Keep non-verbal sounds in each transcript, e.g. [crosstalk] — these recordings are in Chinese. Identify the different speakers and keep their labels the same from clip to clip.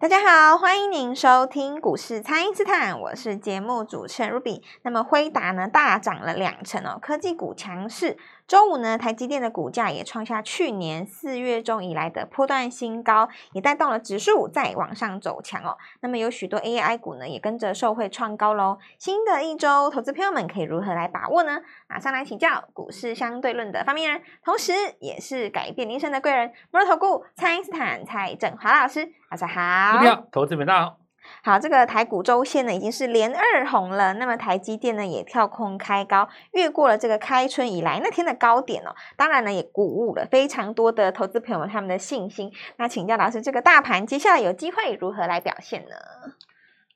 Speaker 1: 大家好，欢迎您收听股市蔡因斯坦，我是节目主持人 Ruby。那么辉达呢大涨了两成哦，科技股强势。周五呢，台积电的股价也创下去年四月中以来的波段新高，也带动了指数再往上走强哦。那么有许多 AI 股呢也跟着受惠创高喽。新的一周，投资朋友们可以如何来把握呢？马上来请教股市相对论的发明人，同时也是改变人生的贵人——摩尔投顾蔡因斯坦蔡振华老师，大家好。
Speaker 2: 股票投资频道，
Speaker 1: 好，这个台股周线呢已经是连二红了，那么台积电呢也跳空开高，越过了这个开春以来那天的高点哦。当然呢，也鼓舞了非常多的投资朋友们他们的信心。那请教老师，这个大盘接下来有机会如何来表现呢？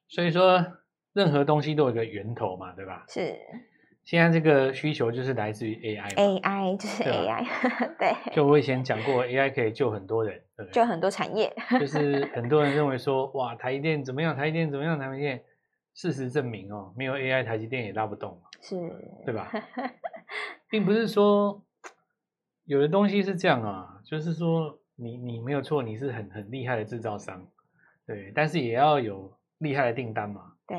Speaker 2: 所以说任何东西都有一个源头嘛，对吧？
Speaker 1: 是
Speaker 2: 现在这个需求就是来自于 AI 嘛。
Speaker 1: AI 就是
Speaker 2: 对啊
Speaker 1: AI，对， [laughs]
Speaker 2: 就我以前讲过，AI 可以救很多人，对不
Speaker 1: 就
Speaker 2: 对？
Speaker 1: 很多产业，
Speaker 2: 就是很多人认为说，哇，台积电怎么样？台积电怎么样？台积电，事实证明哦，没有 AI，台积电也拉不动嘛，
Speaker 1: 是
Speaker 2: 对吧？并不是说有的东西是这样啊，就是说你你没有错，你是很很厉害的制造商，对，但是也要有厉害的订单嘛，
Speaker 1: 对，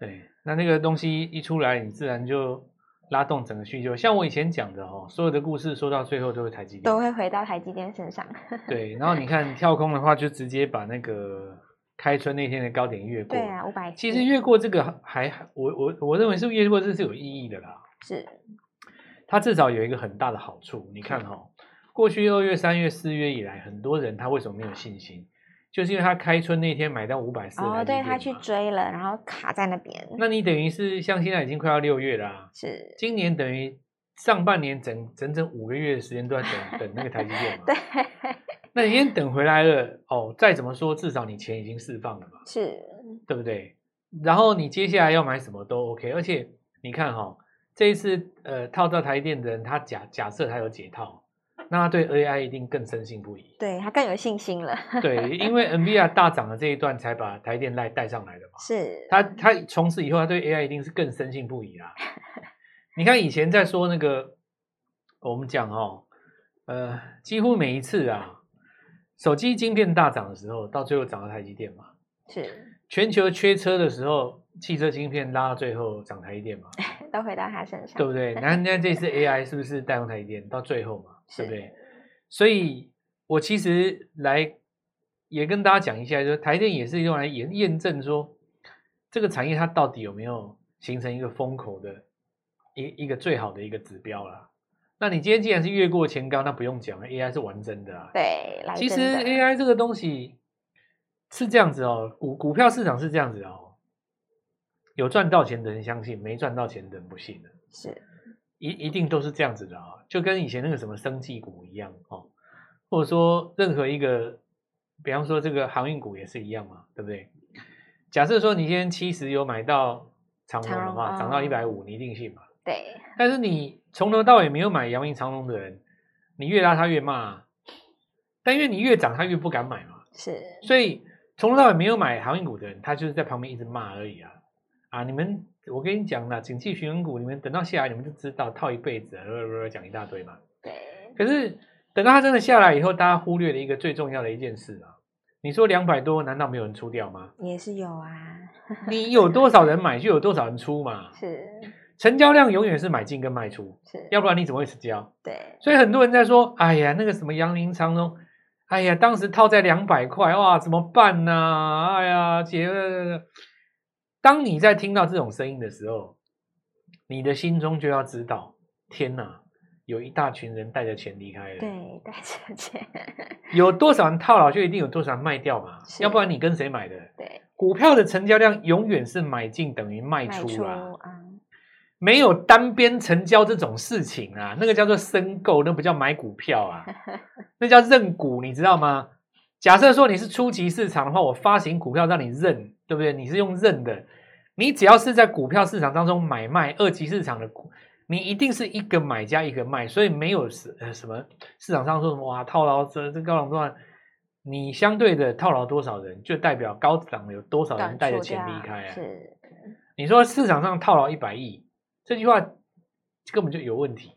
Speaker 2: 对，那那个东西一出来，你自然就拉动整个需求。像我以前讲的哦，所有的故事说到最后都是台积电，
Speaker 1: 都会回到台积电身上，
Speaker 2: 对。然后你看跳空的话，就直接把那个开春那天的高点越过。
Speaker 1: 对啊，五百
Speaker 2: 其实越过这个还还我我我认为是越过这是有意义的啦。
Speaker 1: 是
Speaker 2: 它至少有一个很大的好处，你
Speaker 1: 嗯
Speaker 2: 看哈、哦，过去二月、三月、四月以来，很多人他为什么没有信心？就是因为他开春那天买到五百四，
Speaker 1: 哦，对他去追了，然后卡在那边，
Speaker 2: 那你等于是像现在已经快要六月啦、
Speaker 1: 是
Speaker 2: 今年等于上半年整整整五个月的时间都在等等那个台积电嘛。
Speaker 1: 对， [laughs]
Speaker 2: 那你今天等回来了，哦，再怎么说，至少你钱已经释放了嘛，
Speaker 1: 是。。
Speaker 2: 对不对？然后你接下来要买什么都 OK，而且你看哈、这一次呃套到台积电的人，他假假设他有解套，那他对 AI 一定更深信不疑
Speaker 1: 对他更有信心了，
Speaker 2: 对，因为 NVIDIA 大涨的这一段才把台积电带带上来的嘛。
Speaker 1: 是
Speaker 2: 他他从此以后，他对 AI 一定是更深信不疑啦。你看以前在说那个，我们讲哦，呃，几乎每一次啊，手机晶片大涨的时候，到最后涨到台积电嘛；
Speaker 1: 是
Speaker 2: 全球缺车的时候，汽车晶片拉到最后涨台积电嘛，
Speaker 1: 都回到他身上，
Speaker 2: 对
Speaker 1: [laughs]
Speaker 2: 不对？那那这次 AI 是不是带动台积电到最后嘛？对不
Speaker 1: 是
Speaker 2: 对？所以我其实来也跟大家讲一下，就是台电也是用来验验证说这个产业它到底有没有形成一个风口的一一个最好的一个指标啦。那你今天既然是越过前高，那不用讲了，AI 是玩真的啊。
Speaker 1: 对，来
Speaker 2: 其
Speaker 1: 真
Speaker 2: 实
Speaker 1: 的
Speaker 2: AI 这个东西是这样子哦，股股票市场是这样子哦，有赚到钱的人相信，没赚到钱的人不信的。
Speaker 1: 是
Speaker 2: 一一定都是这样子的啊，就跟以前那个什么生技股一样哦，或者说任何一个，比方说这个航运股也是一样嘛，对不对？假设说你今天七十有买到长隆
Speaker 1: 长
Speaker 2: 的
Speaker 1: 荣
Speaker 2: 话，涨到
Speaker 1: 嗯
Speaker 2: 一百五，你一定信嘛。
Speaker 1: 对，
Speaker 2: 但是你从头到尾没有买阳明长隆的人，你越拉他越骂、啊，但因为你越涨，他越不敢买嘛。
Speaker 1: 是
Speaker 2: 所以从头到尾没有买航运股的人，他就是在旁边一直骂而已啊啊！你们，我跟你讲啦，景气循环股，你们等到下来，你们就知道套一辈子啊，呃讲一大堆嘛。
Speaker 1: 对，
Speaker 2: 可是等到它真的下来以后，大家忽略了一个最重要的一件事啊。你说两百多，难道没有人出掉吗？
Speaker 1: [laughs] 也是有啊，
Speaker 2: 你有多少人买，就有多少人出嘛。
Speaker 1: 是
Speaker 2: 成交量永远是买进跟卖出，
Speaker 1: 是，
Speaker 2: 要不然你怎么会成交？
Speaker 1: 对
Speaker 2: 所以很多人在说，哎呀，那个什么阳明长隆，哎呀，当时套在两百块，哇，怎么办呢、哎呀，姐，呃当你在听到这种声音的时候，你的心中就要知道，天哪，有一大群人带着钱离开了，
Speaker 1: 对，带着钱，
Speaker 2: 有多少人套牢，就一定有多少人卖掉嘛，
Speaker 1: 是
Speaker 2: 要不然你跟谁买的？
Speaker 1: 对，
Speaker 2: 股票的成交量永远是买进等于卖
Speaker 1: 卖
Speaker 2: 出
Speaker 1: 出
Speaker 2: 啦、
Speaker 1: 啊，
Speaker 2: 没有单边成交这种事情啊，那个叫做申购，那不叫买股票 [laughs] 啊，那叫认股，你知道吗？假设说你是初级市场的话，我发行股票让你认，对不对？你是用认的，你只要是在股票市场当中买卖二级市场的股，你一定是一个买家一个卖，所以没有什呃什么市场上说什么哇套牢这这高档多少，你相对的套牢多少人，就代表高档有多少嗯人带着
Speaker 1: 出
Speaker 2: 钱
Speaker 1: 掉
Speaker 2: 离开啊？
Speaker 1: 是，
Speaker 2: 你说市场上套牢一百亿，这句话根本就有问题，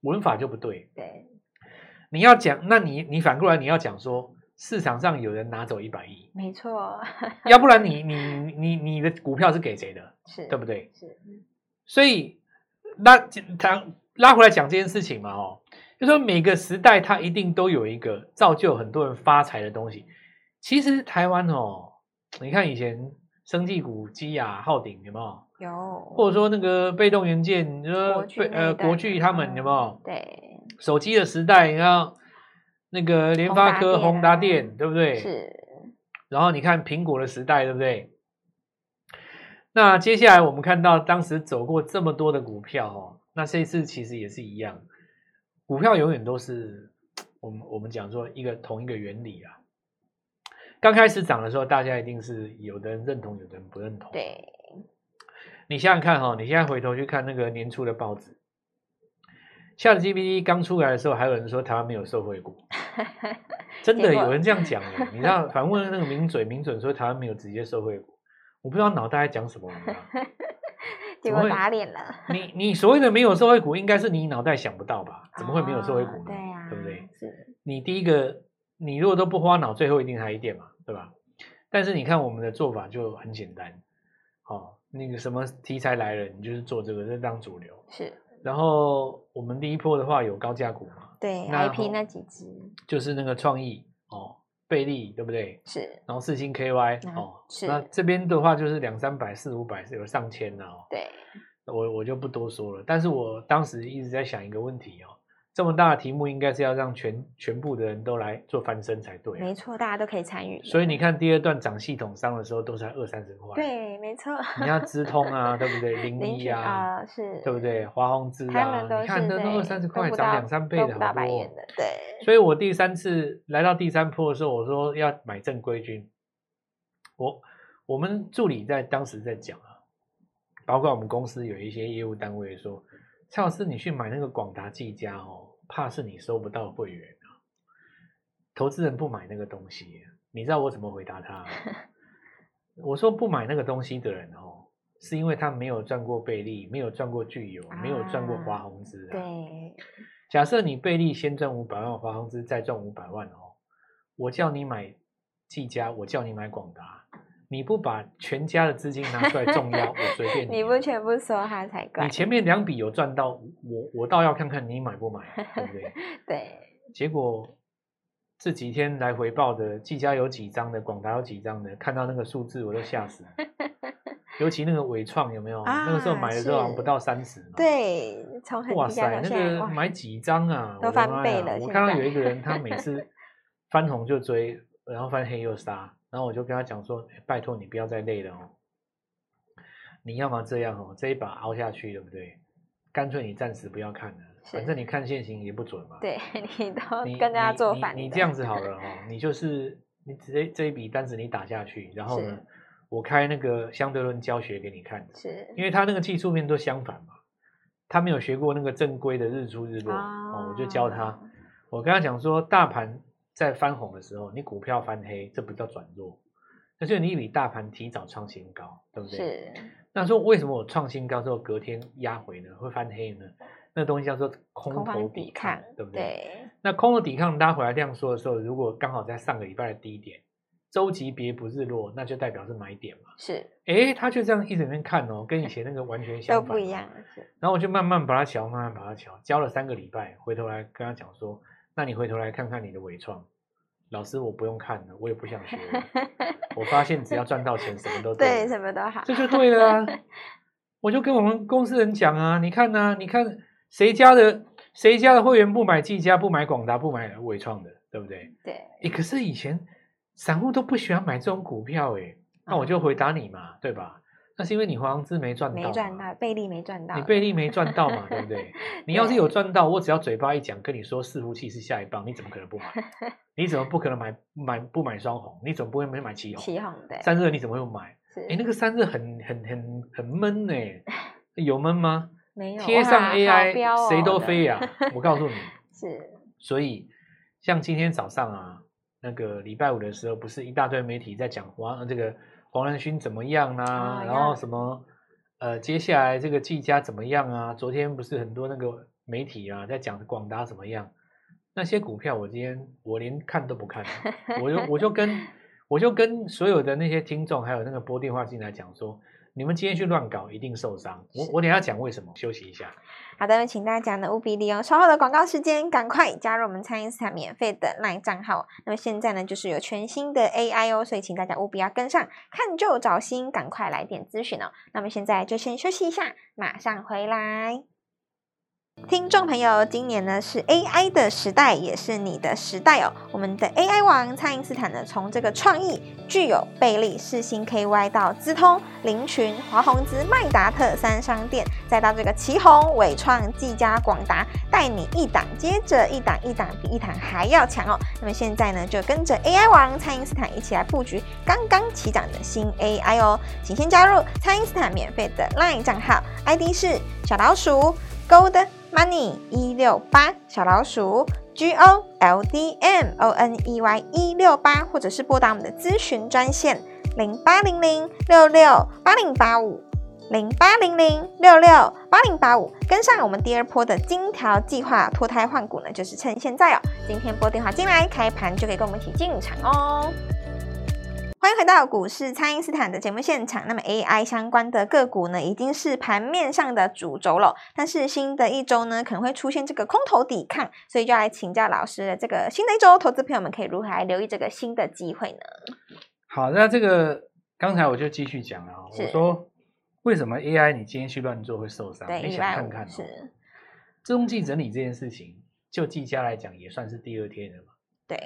Speaker 2: 文法就不对。
Speaker 1: 对，，
Speaker 2: 你要讲，那你你反过来你要讲说，市场上有人拿走一百亿
Speaker 1: 没错，
Speaker 2: 要不然你你你你的股票是给谁的，
Speaker 1: 是，
Speaker 2: 对不对？
Speaker 1: 是，嗯
Speaker 2: 所以拉谈拉回来讲这件事情嘛，哦，就说每个时代它一定都有一个造就很多人发财的东西。其实台湾哦，你看以前生技股基亚、浩鼎有没有？
Speaker 1: 有，
Speaker 2: 或者说那个被动元件，你说
Speaker 1: 国巨
Speaker 2: 被
Speaker 1: 那一
Speaker 2: 呃
Speaker 1: 代
Speaker 2: 国巨他们
Speaker 1: 嗯
Speaker 2: 有没有？
Speaker 1: 对，
Speaker 2: 手机的时代，你看那个联发科、
Speaker 1: 宏
Speaker 2: 宏
Speaker 1: 达
Speaker 2: 达
Speaker 1: 电
Speaker 2: 电，对不对？。
Speaker 1: 是，
Speaker 2: 然后你看苹果的时代，对不对？那接下来我们看到当时走过这么多的股票哦，那这一次其实也是一样，股票永远都是我们我们讲说一个同一个原理啊。刚开始涨的时候，大家一定是有的人认同，有的人不认同。，
Speaker 1: 对，
Speaker 2: 你想想看哈、哦，你现在回头去看那个年初的报纸，ChatGPT 刚出来的时候，还有人说台湾没有受
Speaker 1: [laughs]
Speaker 2: 惠股，真的
Speaker 1: 结果
Speaker 2: 有人这样讲
Speaker 1: [laughs]
Speaker 2: 的。你知道，反问那个名嘴，名嘴说台湾没有直接受惠股，我不知道脑袋在讲什么。你知
Speaker 1: [laughs]
Speaker 2: 道
Speaker 1: 结
Speaker 2: 怎么
Speaker 1: 果
Speaker 2: 会
Speaker 1: 打脸了，
Speaker 2: 你你所谓的没有受惠股，应该是你脑袋想不到吧？怎么会没有受惠
Speaker 1: 啊
Speaker 2: 股呢？
Speaker 1: 对呀，
Speaker 2: 不对？？
Speaker 1: 是，
Speaker 2: 你第一个，你如果都不花脑，最后一定还一点嘛，对吧？但是你看我们的做法就很简单，哦，那个什么题材来了，你就是做这个，这当主流。
Speaker 1: 是，
Speaker 2: 然后我们第一波的话有高价股嘛，
Speaker 1: 对
Speaker 2: 那
Speaker 1: ，IP
Speaker 2: 好
Speaker 1: 那几只
Speaker 2: 就是那个创意哦，贝利对不对？
Speaker 1: 是，
Speaker 2: 然后四星 KY
Speaker 1: 嗯
Speaker 2: 哦，
Speaker 1: 是
Speaker 2: 那这边的话就是两三百、四五百，有上千了哦。
Speaker 1: 对，
Speaker 2: 我我就不多说了，但是我当时一直在想一个问题哦，这么大的题目应该是要让全全部的人都来做翻身才对啊、
Speaker 1: 没错，大家都可以参与的，
Speaker 2: 所以你看第二段涨系统商的时候都才二三十块，，
Speaker 1: 对，没错，
Speaker 2: 你看资通啊，对
Speaker 1: [laughs]
Speaker 2: 不对？零
Speaker 1: 领
Speaker 2: 一
Speaker 1: 取
Speaker 2: 啊，
Speaker 1: 啊是，
Speaker 2: 对不？对？华宏资
Speaker 1: 他
Speaker 2: 啊
Speaker 1: 们都，
Speaker 2: 你
Speaker 1: 是
Speaker 2: 看那都二三十块，涨两三倍的
Speaker 1: 八
Speaker 2: 好
Speaker 1: 百
Speaker 2: 多
Speaker 1: 元
Speaker 2: 哦。
Speaker 1: 的，对，
Speaker 2: 所以我第三次来到第三波的时候，我说要买正规军，我我们助理在当时在讲啊，包括我们公司有一些业务单位说，蔡老师你去买那个广达技嘉哦，怕是你收不到会员啊，投资人不买那个东西，你知道我怎么回答
Speaker 1: [laughs]
Speaker 2: 他啊？我说不买那个东西的人哦，是因为他没有赚过贝利，没有赚过巨友，没有赚过华宏资、啊，
Speaker 1: 啊对，
Speaker 2: 假设你贝利先赚五百万，华宏资再赚五百万哦，我叫你买技嘉，我叫你买广达，你不把全家的资金拿出来重
Speaker 1: [laughs]
Speaker 2: 压，我随便你。啊
Speaker 1: 你不，全部收他才怪
Speaker 2: 你，前面两笔有赚到，我我倒要看看你买不买，对不对？
Speaker 1: 对，
Speaker 2: 结果这几天来回报的技嘉有几张的，广达有几张的，看到那个数字我都吓
Speaker 1: [laughs]
Speaker 2: 死了。尤其那个伟创有没有？那个时候
Speaker 1: 啊
Speaker 2: 买的时候好像
Speaker 1: 是
Speaker 2: 不到三十嘛。
Speaker 1: 对，从很
Speaker 2: 哇
Speaker 1: 低价
Speaker 2: 塞，
Speaker 1: 到
Speaker 2: 那
Speaker 1: 现在，
Speaker 2: 个
Speaker 1: 哇
Speaker 2: 买几张啊？
Speaker 1: 都
Speaker 2: 我的
Speaker 1: 翻
Speaker 2: 妈
Speaker 1: 倍
Speaker 2: 呀
Speaker 1: 了
Speaker 2: 我
Speaker 1: 现
Speaker 2: 看到
Speaker 1: 在
Speaker 2: 有一
Speaker 1: [laughs]
Speaker 2: 个人，他每次翻红就追，然后翻黑又杀，然后我就跟他讲说：“哎拜托你不要再累了哦，你要么这样哦，这一把熬下去，对不对？干脆你暂时不要看了，
Speaker 1: 是
Speaker 2: 反正你看现行也不准嘛。
Speaker 1: 对 [laughs] 你都
Speaker 2: 你
Speaker 1: 呃跟大家
Speaker 2: 你
Speaker 1: 做
Speaker 2: 你
Speaker 1: 反的，
Speaker 2: 你这样子好了哦，你就是你直接这一笔单子你打下去，然后呢
Speaker 1: 是，嗯
Speaker 2: 我开那个相对论教学给你看，
Speaker 1: 是
Speaker 2: 因为他那个技术面都相反嘛，他没有学过那个正规的日出日落、哦，我就教他
Speaker 1: 啊，
Speaker 2: 我跟他讲说，大盘在翻红的时候，你股票翻黑，这不叫转弱，那就是你比大盘提早创新高，对不对？
Speaker 1: 是
Speaker 2: 那说为什么我创新高之后隔天压回呢，会翻黑呢？那东西叫做空
Speaker 1: 空
Speaker 2: 头
Speaker 1: 方
Speaker 2: 抵
Speaker 1: 抵
Speaker 2: 抗
Speaker 1: 抗，，
Speaker 2: 对不对？
Speaker 1: 对，
Speaker 2: 那空头抵抗拉回来量缩的时候，如果刚好在上个礼拜的低点，周级别不日落，那就代表是买点嘛。
Speaker 1: 是
Speaker 2: 诶，他就这样一整天看哦，跟以前那个完全相
Speaker 1: 都
Speaker 2: 反，
Speaker 1: 不一样。，是
Speaker 2: 然后我就慢慢把它瞧，慢慢把它瞧，教了三个礼拜，回头来跟他讲说，那你回头来看看你的伪创，老师我不用看了，我也不想学
Speaker 1: [laughs]
Speaker 2: 了，我发现只要赚到钱，什么都
Speaker 1: 对，
Speaker 2: 了
Speaker 1: 什么都 [laughs] 好，
Speaker 2: 这就对了啊。我就跟我们公司人讲啊，你看呐、你看谁家的谁家的会员不买技嘉，不买广达，不买伟创的，对不对？
Speaker 1: 对，
Speaker 2: 诶，可是以前散户都不喜欢买这种股票，诶，那我就回答你嘛，对吧？那是因为你黄资没赚到，
Speaker 1: 没赚到，贝利没赚到，
Speaker 2: 你贝利没赚到嘛，对不对？你要是有赚到，我只要嘴巴一讲，跟你说伺服器是下一棒，你怎么可能不买？你怎么不可能买买不买双红？你怎么不会没买旗红？
Speaker 1: 起哄对，
Speaker 2: 散热你怎么会不买？
Speaker 1: 是
Speaker 2: 哎，那个散热很很很很闷呢、有闷吗？
Speaker 1: 没有
Speaker 2: 贴
Speaker 1: 哇
Speaker 2: 上
Speaker 1: 好
Speaker 2: AI、
Speaker 1: 标哦
Speaker 2: 谁都
Speaker 1: 的
Speaker 2: 飞啊呀、我告诉你，
Speaker 1: 是
Speaker 2: 所以像今天早上啊，那个礼拜五的时候，不是一大堆媒体在讲黄这个黄仁勋怎么样啊，
Speaker 1: 啊
Speaker 2: 然后
Speaker 1: 呀
Speaker 2: 什么呃，接下来这个技嘉怎么样啊？昨天不是很多那个媒体啊在讲广达怎么样？那些股票我今天我连看都不看，我就我就
Speaker 1: [laughs]
Speaker 2: 跟我就跟所有的那些听众还有那个拨电话进来讲说，你们今天去乱搞一定受伤。我我等一下讲为什么，休息一下。
Speaker 1: 好的，请大家呢务必利用稍后的广告时间，赶快加入我们餐饮斯坦免费的 LINE 账号。那么现在呢，就是有全新的 AI 哦，所以请大家务必要跟上，看旧找新，赶快来点咨询哦。那么现在就先休息一下，马上回来。听众朋友，今年呢是 AI 的时代，也是你的时代哦。我们的 AI 王蔡因斯坦呢，从这个创意具有贝利、世新 KY 到资通、林群、华宏资、麦达特三商店，再到这个旗宏、伟创、技嘉、广达，带你一档接着一档，一档比一档还要强哦。那么现在呢，就跟着 AI 王蔡因斯坦一起来布局刚刚起涨的新 AI 哦。请先加入蔡因斯坦免费的 LINE 账号，ID 是小老鼠 Gold。Money 一六八小老鼠 G O L D M O N E Y 一六八，或者是拨打我们的咨询专线零八零零六六八零八五零八零零六六八零八五，跟上我们第二波的金条计划脱胎换骨呢，就是趁现在哦，今天拨电话进来，开盘就可以跟我们一起进场哦。欢迎回到股市，蔡因斯坦的节目现场。那么 AI 相关的个股呢，已经是盘面上的主轴了。但是新的一周呢，可能会出现这个空头抵抗，所以就来请教老师，这个新的一周，投资朋友们可以如何来留意这个新的机会呢？
Speaker 2: 好，那这个刚才我就继续讲了、哦，
Speaker 1: 是
Speaker 2: 我说为什么 AI 你今天去乱做会受伤？
Speaker 1: 对，
Speaker 2: 你
Speaker 1: 礼
Speaker 2: 想
Speaker 1: 拜
Speaker 2: 看
Speaker 1: 五
Speaker 2: 看、哦、
Speaker 1: 是，
Speaker 2: 中继整理这件事情，就技嘉来讲也算是第二天了嘛。
Speaker 1: 对，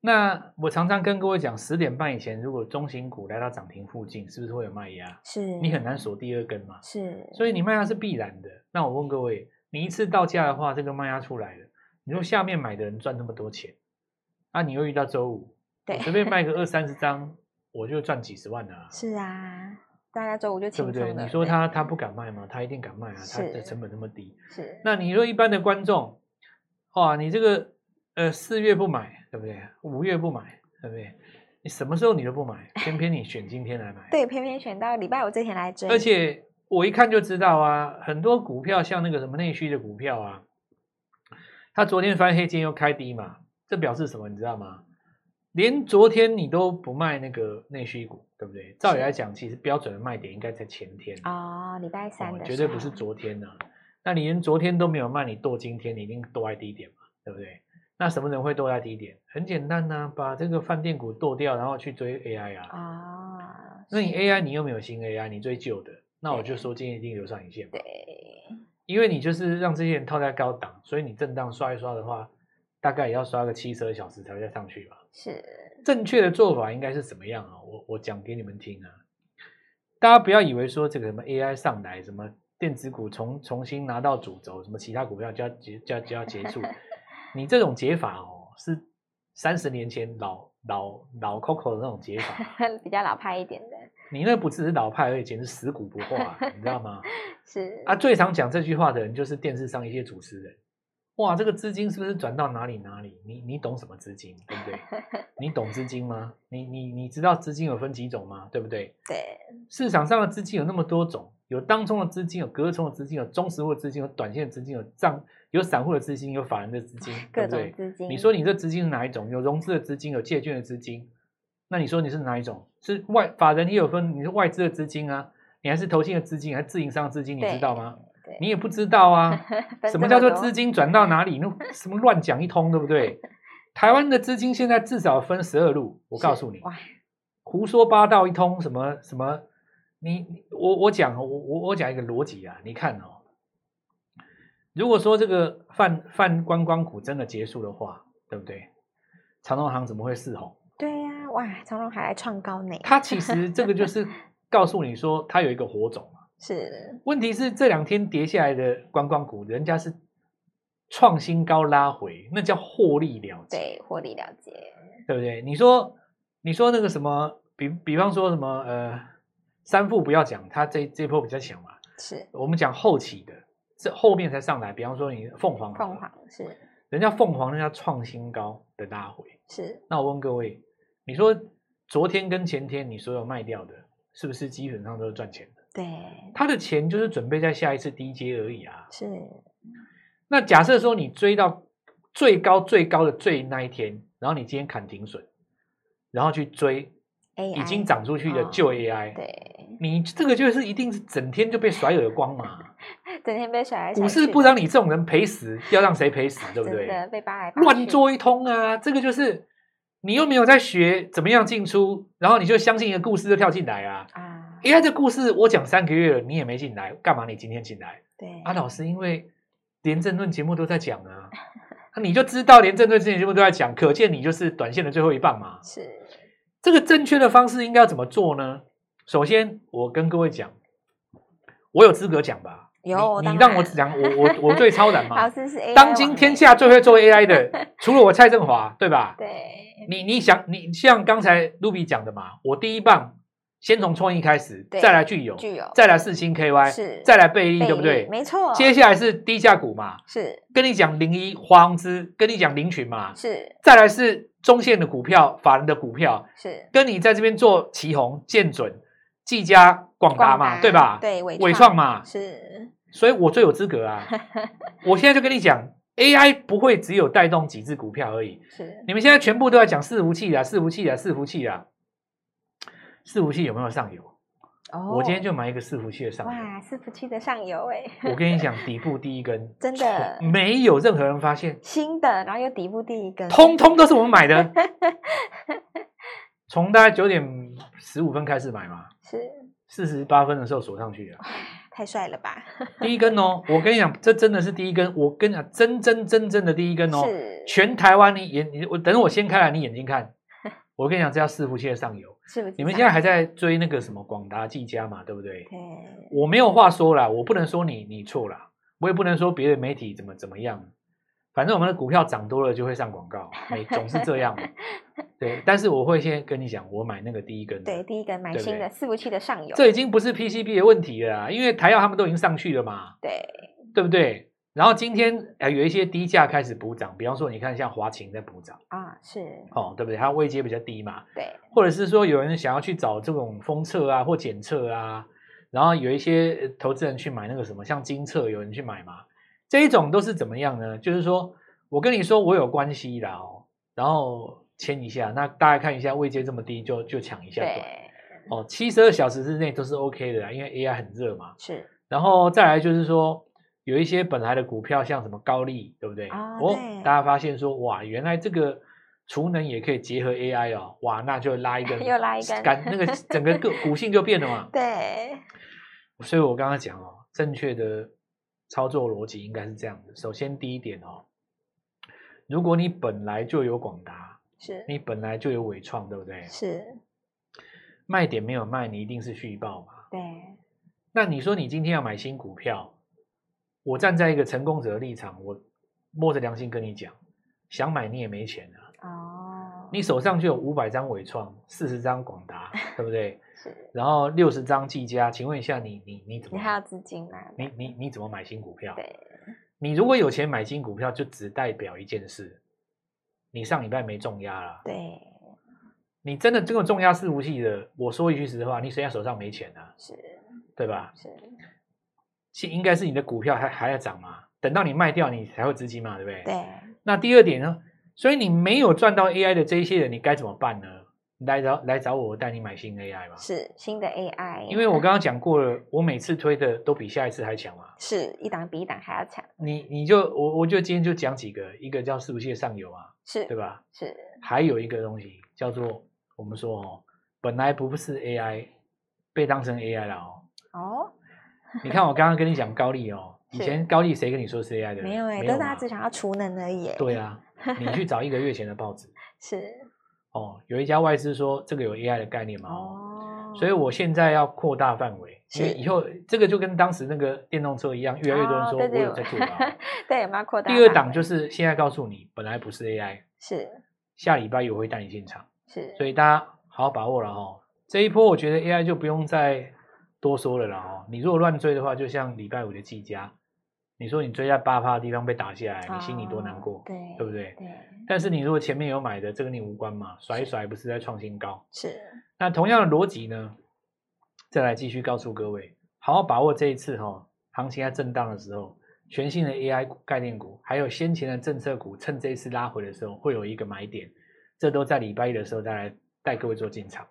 Speaker 2: 那我常常跟各位讲，十点半以前如果中型股来到涨停附近，是不是会有卖压？
Speaker 1: 是
Speaker 2: 你很难锁第二根嘛，
Speaker 1: 是
Speaker 2: 所以你卖压是必然的。那我问各位，你一次到价的话，这个卖压出来了，你说下面买的人赚那么多钱，啊，你又遇到周五，
Speaker 1: 对
Speaker 2: 我随便卖个二三十张，我就赚几十万了、啊，
Speaker 1: 是啊，大家周五就
Speaker 2: 对不
Speaker 1: 轻松
Speaker 2: 对？
Speaker 1: 的，
Speaker 2: 你说他他不敢卖吗？他一定敢卖啊，他
Speaker 1: 是
Speaker 2: 的成本那么低。
Speaker 1: 是，
Speaker 2: 那你说一般的观众，哇，你这个呃四月不买，对不对？五月不买，对不对？你什么时候你都不买，偏偏你选今天来买
Speaker 1: 对，偏偏选到礼拜五这天来追，
Speaker 2: 而且我一看就知道啊，很多股票像那个什么内需的股票啊，它昨天翻黑，今天又开低嘛，这表示什么？你知道吗？连昨天你都不卖那个内需股，对不对？照理来讲，其实标准的卖点应该在前天
Speaker 1: 哦，礼拜三
Speaker 2: 哦
Speaker 1: 的
Speaker 2: 绝对不
Speaker 1: 时
Speaker 2: 是
Speaker 1: 候
Speaker 2: 昨天呐、那你连昨天都没有卖，你剁今天，你一定剁在低点嘛，对不对？那什么人会剁在低点？很简单呐、把这个饭店股剁掉，然后去追 AI 啊。
Speaker 1: 啊，
Speaker 2: 那你
Speaker 1: 是
Speaker 2: AI 你又没有新 AI，你追旧的，那我就
Speaker 1: 对
Speaker 2: 说今天一定留上影线嘛，
Speaker 1: 对。
Speaker 2: 因为你就是让这些人套在高档，所以你震荡刷一刷的话，大概也要刷个七十二小时才会再上去吧。
Speaker 1: 是 [laughs]
Speaker 2: 正确的做法应该是怎么样啊？我我讲给你们听啊。大家不要以为说这个什么 AI 上来，什么电子股重重新拿到主轴，什么其他股票就要结就要就要结
Speaker 1: [laughs]
Speaker 2: 束。你这种解法哦，是三十年前老老老 Coco 的那种解法，
Speaker 1: 比较老派一点的，
Speaker 2: 你那不只是老派而已，简直死骨不化、啊你知道吗？
Speaker 1: 是
Speaker 2: 啊，最常讲这句话的人就是电视上一些主持人。哇，这个资金是不是转到哪里哪里？你你懂什么资金，对不对？你懂资金吗？你你你知道资金有分几种吗？对不对？
Speaker 1: 对，
Speaker 2: 市场上的资金有那么多种，有当冲的资金，有隔冲的资金，有中实物的资金，有短线的资金，有账有散户的资金，有法人的资金，对
Speaker 1: 各
Speaker 2: 不
Speaker 1: 种
Speaker 2: 对？
Speaker 1: 资金。
Speaker 2: 你说你这资金是哪一种？有融资的资金，有借券的资金，那你说你是哪一种？是外法人也有分，你是外资的资金啊，你还是投信的资金，还是自营商的资金，你知道吗？
Speaker 1: 对？
Speaker 2: 你也不知道啊。
Speaker 1: [laughs] 分
Speaker 2: 什
Speaker 1: 这
Speaker 2: 么叫做
Speaker 1: 多
Speaker 2: 资？金转到哪里？
Speaker 1: [laughs]
Speaker 2: 那什么乱讲一通，对不对？台湾的资金现在至少分十二路，我告
Speaker 1: 是
Speaker 2: 诉你，
Speaker 1: 哇，
Speaker 2: 胡说八道一通，什么什么，你你我我讲我我我讲一个逻辑啊，你看哦，如果说这个泛泛观光股真的结束的话，对不对？长隆行怎么会四红？
Speaker 1: 对呀、哇，长荣还来创高呢，
Speaker 2: 它其实这个就是告诉你说，它有一个火种嘛。
Speaker 1: 是
Speaker 2: 问题是这两天跌下来的观光股，人家是创新高拉回，那叫获利了结，
Speaker 1: 对获利了结，
Speaker 2: 对不对？你说，你说那个什么，比比方说什么，呃，三富不要讲，它这这波比较强嘛。
Speaker 1: 是
Speaker 2: 我们讲后期的，这后面才上来。比方说你凤凰，
Speaker 1: 凤，凰是
Speaker 2: 人家凤凰人家创新高的拉回。
Speaker 1: 是
Speaker 2: 那我问各位，你说昨天跟前天你所有卖掉的，是不是基本上都是赚钱的？
Speaker 1: 对
Speaker 2: 他的钱就是准备在下一次低阶而已啊。
Speaker 1: 是
Speaker 2: 那假设说你追到最高最高的最那一天，然后你今天砍停损，然后去追
Speaker 1: AI
Speaker 2: 已经涨出去的
Speaker 1: 哦
Speaker 2: 旧 AI，、
Speaker 1: 对，
Speaker 2: 你这个就是一定是整天就被甩耳光
Speaker 1: [laughs]
Speaker 2: 嘛。
Speaker 1: 整天被甩来甩
Speaker 2: 股市
Speaker 1: 去
Speaker 2: 不
Speaker 1: 的
Speaker 2: 让你这种人赔死，要让谁赔死，对不
Speaker 1: 真
Speaker 2: 对？
Speaker 1: 的被扒来扒
Speaker 2: 乱
Speaker 1: 去，
Speaker 2: 做一通啊，这个就是你又没有在学怎么样进出，然后你就相信一个故事就跳进来啊。
Speaker 1: 啊，
Speaker 2: AI 这故事我讲三个月了，你也没进来，干嘛你今天进来？
Speaker 1: 对
Speaker 2: 啊，老师，因为连政论节目都在讲啊，啊你就知道连政论之前节目都在讲，可见你就是短线的最后一棒嘛。
Speaker 1: 是
Speaker 2: 这个正确的方式应该要怎么做呢？首先，我跟各位讲，我有资格讲吧？
Speaker 1: 有
Speaker 2: 你
Speaker 1: 当
Speaker 2: 你让
Speaker 1: 然
Speaker 2: 我讲，我我我最超然嘛。
Speaker 1: [laughs] 老师是 AI
Speaker 2: 当今
Speaker 1: 网
Speaker 2: 天
Speaker 1: 美
Speaker 2: 下最会做 AI 的，除了我蔡振华，对
Speaker 1: 啊
Speaker 2: 吧？
Speaker 1: 对
Speaker 2: 你你想，你像刚才 Ruby 讲的嘛，我第一棒先从创意开始，
Speaker 1: 对
Speaker 2: 再来具有，
Speaker 1: 具有
Speaker 2: 再来四星 KY，
Speaker 1: 是
Speaker 2: 再来贝利，
Speaker 1: 倍
Speaker 2: 对不
Speaker 1: 率
Speaker 2: 对？
Speaker 1: 没错，
Speaker 2: 接下来是低价股嘛，
Speaker 1: 是
Speaker 2: 跟你讲零一华宏资，跟你讲林群嘛，
Speaker 1: 是
Speaker 2: 再来是中线的股票、法人的股票，
Speaker 1: 是
Speaker 2: 跟你在这边做旗宏、建准、技嘉、广达
Speaker 1: 广
Speaker 2: 嘛，对吧？，
Speaker 1: 对，伟
Speaker 2: 伟创嘛，
Speaker 1: 是
Speaker 2: 所以我最有资格
Speaker 1: [laughs]
Speaker 2: 啊！我现在就跟你讲，AI 不会只有带动几只股票而已。
Speaker 1: 是
Speaker 2: 你们现在全部都在讲伺服器啊，伺服器啊，伺服器啊，伺服器有没有上游？
Speaker 1: 哦
Speaker 2: 我今天就买一个伺服器的上游。
Speaker 1: 哇，是服器的上游哎，
Speaker 2: 我跟你讲，底部第一根
Speaker 1: [laughs] 真的
Speaker 2: 没有任何人发现，
Speaker 1: [laughs] 新的，然后又底部第一根，
Speaker 2: 通通都是我们买
Speaker 1: [laughs]
Speaker 2: 的。从大概九点十五分开始买嘛，
Speaker 1: 是
Speaker 2: 四十八分的时候锁上去的。啊
Speaker 1: 太帅了吧？
Speaker 2: 第一根哦，我跟你讲，这真的是第一根。我跟你讲，真真真正的第一根哦，
Speaker 1: 是
Speaker 2: 全台湾你眼你我等我掀开来，你眼
Speaker 1: [laughs]
Speaker 2: 睛看，我跟你讲，这叫伺服器的上游。
Speaker 1: 是不是？
Speaker 2: 你们现在还在追那个什么广达、技嘉嘛，对不对？
Speaker 1: 对
Speaker 2: 我没有话说啦，我不能说你你错啦，我也不能说别的媒体怎么怎么样，反正我们的股票涨多了就会上
Speaker 1: [laughs]
Speaker 2: 广告，每总是这样嘛。对，但是我会先跟你讲，我买那个第一根的，
Speaker 1: 对，第一根买
Speaker 2: 对不
Speaker 1: 新
Speaker 2: 对
Speaker 1: 的伺服器的上游，
Speaker 2: 这已经不是 PCB 的问题了啦，因为台药他们都已经上去了嘛，
Speaker 1: 对
Speaker 2: 对不对？然后今天呃有一些低价开始补涨，比方说你看像华勤在补涨。
Speaker 1: 啊是，
Speaker 2: 哦，对不对？它位阶比较低嘛，
Speaker 1: 对
Speaker 2: 或者是说有人想要去找这种封测啊或检测啊，然后有一些呃投资人去买那个什么，像金测，有人去买嘛，这一种都是怎么样呢？就是说我跟你说我有关系啦哦，然后签一下，那大家看一下位阶这么低就就抢一下短
Speaker 1: 对
Speaker 2: 哦，七十二小时之内都是 OK 的啦，因为 AI 很热嘛，
Speaker 1: 是
Speaker 2: 然后再来就是说。有一些本来的股票，像什么高利，对不对？
Speaker 1: 啊
Speaker 2: 哦
Speaker 1: 对，
Speaker 2: 大家发现说，哇，原来这个储能也可以结合 AI 哦，哇，那就拉一根，
Speaker 1: [laughs] 又拉一根
Speaker 2: 感
Speaker 1: [laughs]
Speaker 2: 那个整个个股性就变了嘛。
Speaker 1: 对
Speaker 2: 所以我刚刚讲哦，正确的操作逻辑应该是这样的。首先第一点哦，如果你本来就有广达，
Speaker 1: 是
Speaker 2: 你本来就有伟创，对不对？
Speaker 1: 是，
Speaker 2: 卖点没有卖，你一定是续报嘛。
Speaker 1: 对
Speaker 2: 那你说你今天要买新股票，我站在一个成功者的立场，我摸着良心跟你讲，想买你也没钱啊，
Speaker 1: 哦，
Speaker 2: 你手上就有五百张伟创，四十张广达，对不对？ [laughs]
Speaker 1: 是
Speaker 2: 然后六十张技嘉，请问一下你你你怎
Speaker 1: 你
Speaker 2: 么
Speaker 1: 还有资金吗？
Speaker 2: 你你你怎么买新股票？
Speaker 1: 对
Speaker 2: 你如果有钱买新股票，就只代表一件事，你上礼拜没重压了。
Speaker 1: 对
Speaker 2: 你真的这个重压是无器的，我说一句实话，你谁家手上没钱啊？
Speaker 1: 是
Speaker 2: 对吧？
Speaker 1: 是
Speaker 2: 是应该是你的股票还还要涨嘛？等到你卖掉，你才会资金嘛，对不对？。
Speaker 1: 对
Speaker 2: 那第二点呢？所以你没有赚到 AI 的这一些人，你该怎么办呢？来找来找我，我带你买新 AI 吧。
Speaker 1: 是新的 AI，
Speaker 2: 因为我刚刚讲过了，我每次推的都比下一次还强嘛。
Speaker 1: 是一档比一档还要强，
Speaker 2: 你你就我我就今天就讲几个，一个叫伺服器的上游啊，
Speaker 1: 是
Speaker 2: 对吧？
Speaker 1: 是
Speaker 2: 还有一个东西叫做我们说哦，本来不是 AI，被当成 AI 了哦。
Speaker 1: 哦，
Speaker 2: 你看我刚刚跟你讲高利哦，以
Speaker 1: 是
Speaker 2: 前高利谁跟你说是 AI 的？
Speaker 1: 没有哎，
Speaker 2: 没
Speaker 1: 都
Speaker 2: 有
Speaker 1: 是大家
Speaker 2: 嘛。
Speaker 1: 只想要储能而已耶，
Speaker 2: 对啊，你去找一个月前的报纸
Speaker 1: 是
Speaker 2: 哦，有一家外资说这个有 AI 的概念嘛哦，
Speaker 1: 哦，
Speaker 2: 所以我现在要扩大范围，因为
Speaker 1: 是
Speaker 2: 以后这个就跟当时那个电动车一样，越来越多人
Speaker 1: 哦
Speaker 2: 说
Speaker 1: 对
Speaker 2: 我
Speaker 1: 对
Speaker 2: 有在做啊。
Speaker 1: 对，我们要扩大
Speaker 2: 第二
Speaker 1: 范
Speaker 2: 档
Speaker 1: 围
Speaker 2: 就是现在告诉你，本来不是 AI，
Speaker 1: 是
Speaker 2: 下礼拜有会带你进场，
Speaker 1: 是
Speaker 2: 所以大家好好把握了哦。这一波我觉得 AI 就不用再多说了啦哦。你如果乱追的话，就像礼拜五的技嘉，你说你追在八趴的地方被打下来，你心里多难过
Speaker 1: 哦，对
Speaker 2: 对不对？
Speaker 1: 对
Speaker 2: 但是你如果前面有买的，这跟你无关嘛，甩一甩不是在创新高。
Speaker 1: 是
Speaker 2: 那同样的逻辑呢，再来继续告诉各位，好好把握这一次哈、哦、行情在震荡的时候，全新的 AI 股概念股，还有先前的政策股，趁这一次拉回的时候会有一个买点，这都在礼拜一的时候再来带各位做进场。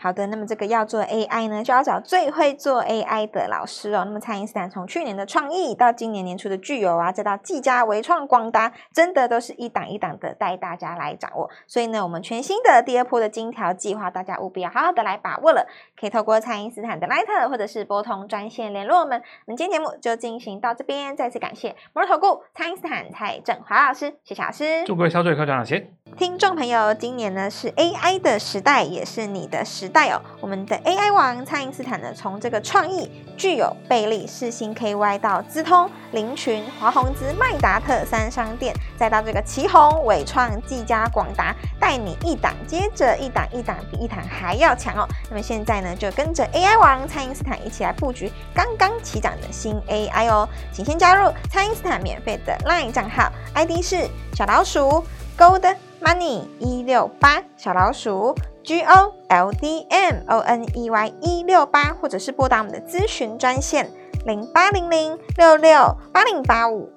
Speaker 1: 好的，那么这个要做 AI 呢，就要找最会做 AI 的老师哦。那么，蔡英斯坦从去年的创意到今年年初的聚友啊，再到技嘉、微创、广达，真的都是一档一档的带大家来掌握。所以呢，我们全新的第二波的金条计划，大家务必要好好的来把握了。可以透过蔡英斯坦的 Line 或者是拨通专线联络我们。我们今天节目就进行到这边，再次感谢摩尔投顾蔡英斯坦蔡振华老师，谢谢老师。
Speaker 2: 祝各位小嘴快赚到钱！
Speaker 1: 听众朋友，今年呢是 AI 的时代，也是你的时代哦。我们的 AI 王蔡英斯坦呢，从这个创意具有贝利、世新 KY 到资通、林群、华宏资、麦达特三商店，再到这个旗宏、伟创、技嘉、广达，带你一档接着一档，一档比一档还要强哦。那么现在呢，就跟着 AI 王蔡英斯坦一起来布局刚刚起涨的新 AI 哦。请先加入蔡英斯坦免费的 LINE 账号，ID 是小老鼠 Gold Money 一六八，小老鼠 G O L D M O N E Y 一六八，或者是拨打我们的咨询专线零八零零六六八零八五。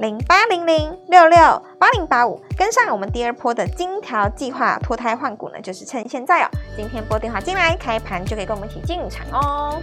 Speaker 1: 零八零零六六八零八五，跟上我们第二波的金条计划脱胎换骨呢，就是趁现在哦。今天拨电话进来，开盘就可以跟我们一起进场哦。